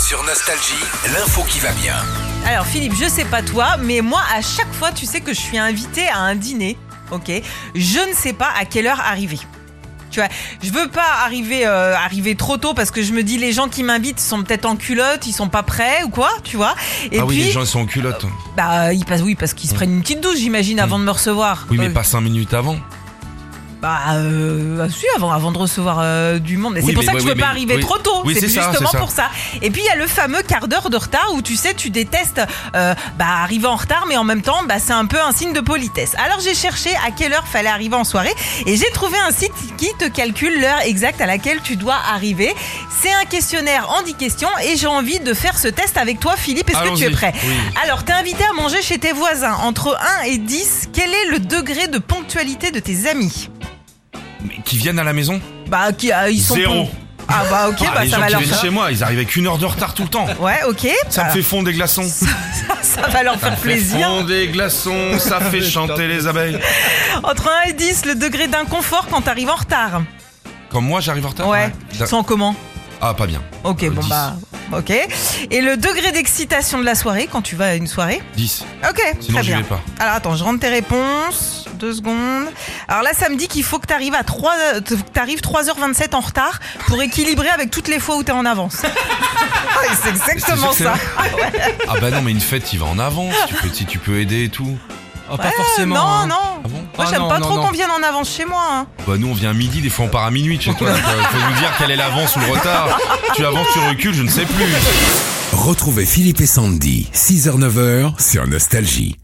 Sur Nostalgie, l'info qui va bien. Alors Philippe, je sais pas toi, mais moi à chaque fois, tu sais que je suis invitée à un dîner, ok Je ne sais pas à quelle heure arriver. Tu vois, je veux pas arriver euh, arriver trop tôt parce que je me dis les gens qui m'invitent sont peut-être en culotte, ils sont pas prêts ou quoi, tu vois Et ah oui, puis les gens ils sont en culotte. bah euh, ils passent oui parce qu'ils se prennent une petite douche, j'imagine, avant de me recevoir. Oui, mais Euh, pas 5 minutes avant. Bah euh, ah, si, avant avant de recevoir euh, du monde. Mais Oui, c'est pour mais- ça que je oui, veux pas mais- arriver oui. trop tôt. Oui, c'est c'est ça, justement c'est ça. pour ça. Et puis il y a le fameux quart d'heure de retard où tu sais, tu détestes euh, bah arriver en retard, mais en même temps, bah c'est un peu un signe de politesse. Alors j'ai cherché à quelle heure fallait arriver en soirée et j'ai trouvé un site qui te calcule l'heure exacte à laquelle tu dois arriver. C'est un questionnaire en 10 questions et j'ai envie de faire ce test avec toi, Philippe. Est-ce que tu es Allons-y. prêt Oui. alors, t'es invité à manger chez tes voisins. Entre 1 et 10, quel est le degré de ponctualité de tes amis Mais qui viennent à la maison Bah, qui, ah, ils sont Zéro. pon- Ah bah ok, Ah, bah Les ça gens va qui leur viennent faire... chez moi, ils arrivent avec une heure de retard tout le temps. Ouais, ok. Ça bah, me fait fondre des glaçons. ça va leur faire plaisir. Fondre des glaçons, ça fait chanter les abeilles. Entre 1 et 10, le degré d'inconfort quand t'arrives en retard. Comme moi, j'arrive en retard Ouais. Da- Sans comment Ah, pas bien. Ok, Euh, bon 10. bah... Ok. Et le degré d'excitation de la soirée quand tu vas à une soirée 10. Ok, Sinon, très j'y bien. vais pas. Alors attends, je rentre tes réponses. Deux secondes. Alors là, ça me dit qu'il faut que tu arrives à 3, que t'arrives 3h27 en retard pour équilibrer avec toutes les fois où t'es en avance. Ouais, c'est exactement C'est- c'est- ça. Ah, bah non, mais une fête, il va en avance. Tu peux, si tu peux aider et tout. Oh, pas forcément. Non, hein. non. Ah bon Moi, Ah j'aime non, pas non, trop non. qu'on vienne en avance chez moi. hein. Bah, nous, on vient à midi, des fois, on part à minuit de chez toi. donc, euh, Faut nous dire quelle est l'avance ou le retard. Tu avances, tu recules, je ne sais plus. Retrouvez Philippe et Sandy, 6h-9h sur Nostalgie.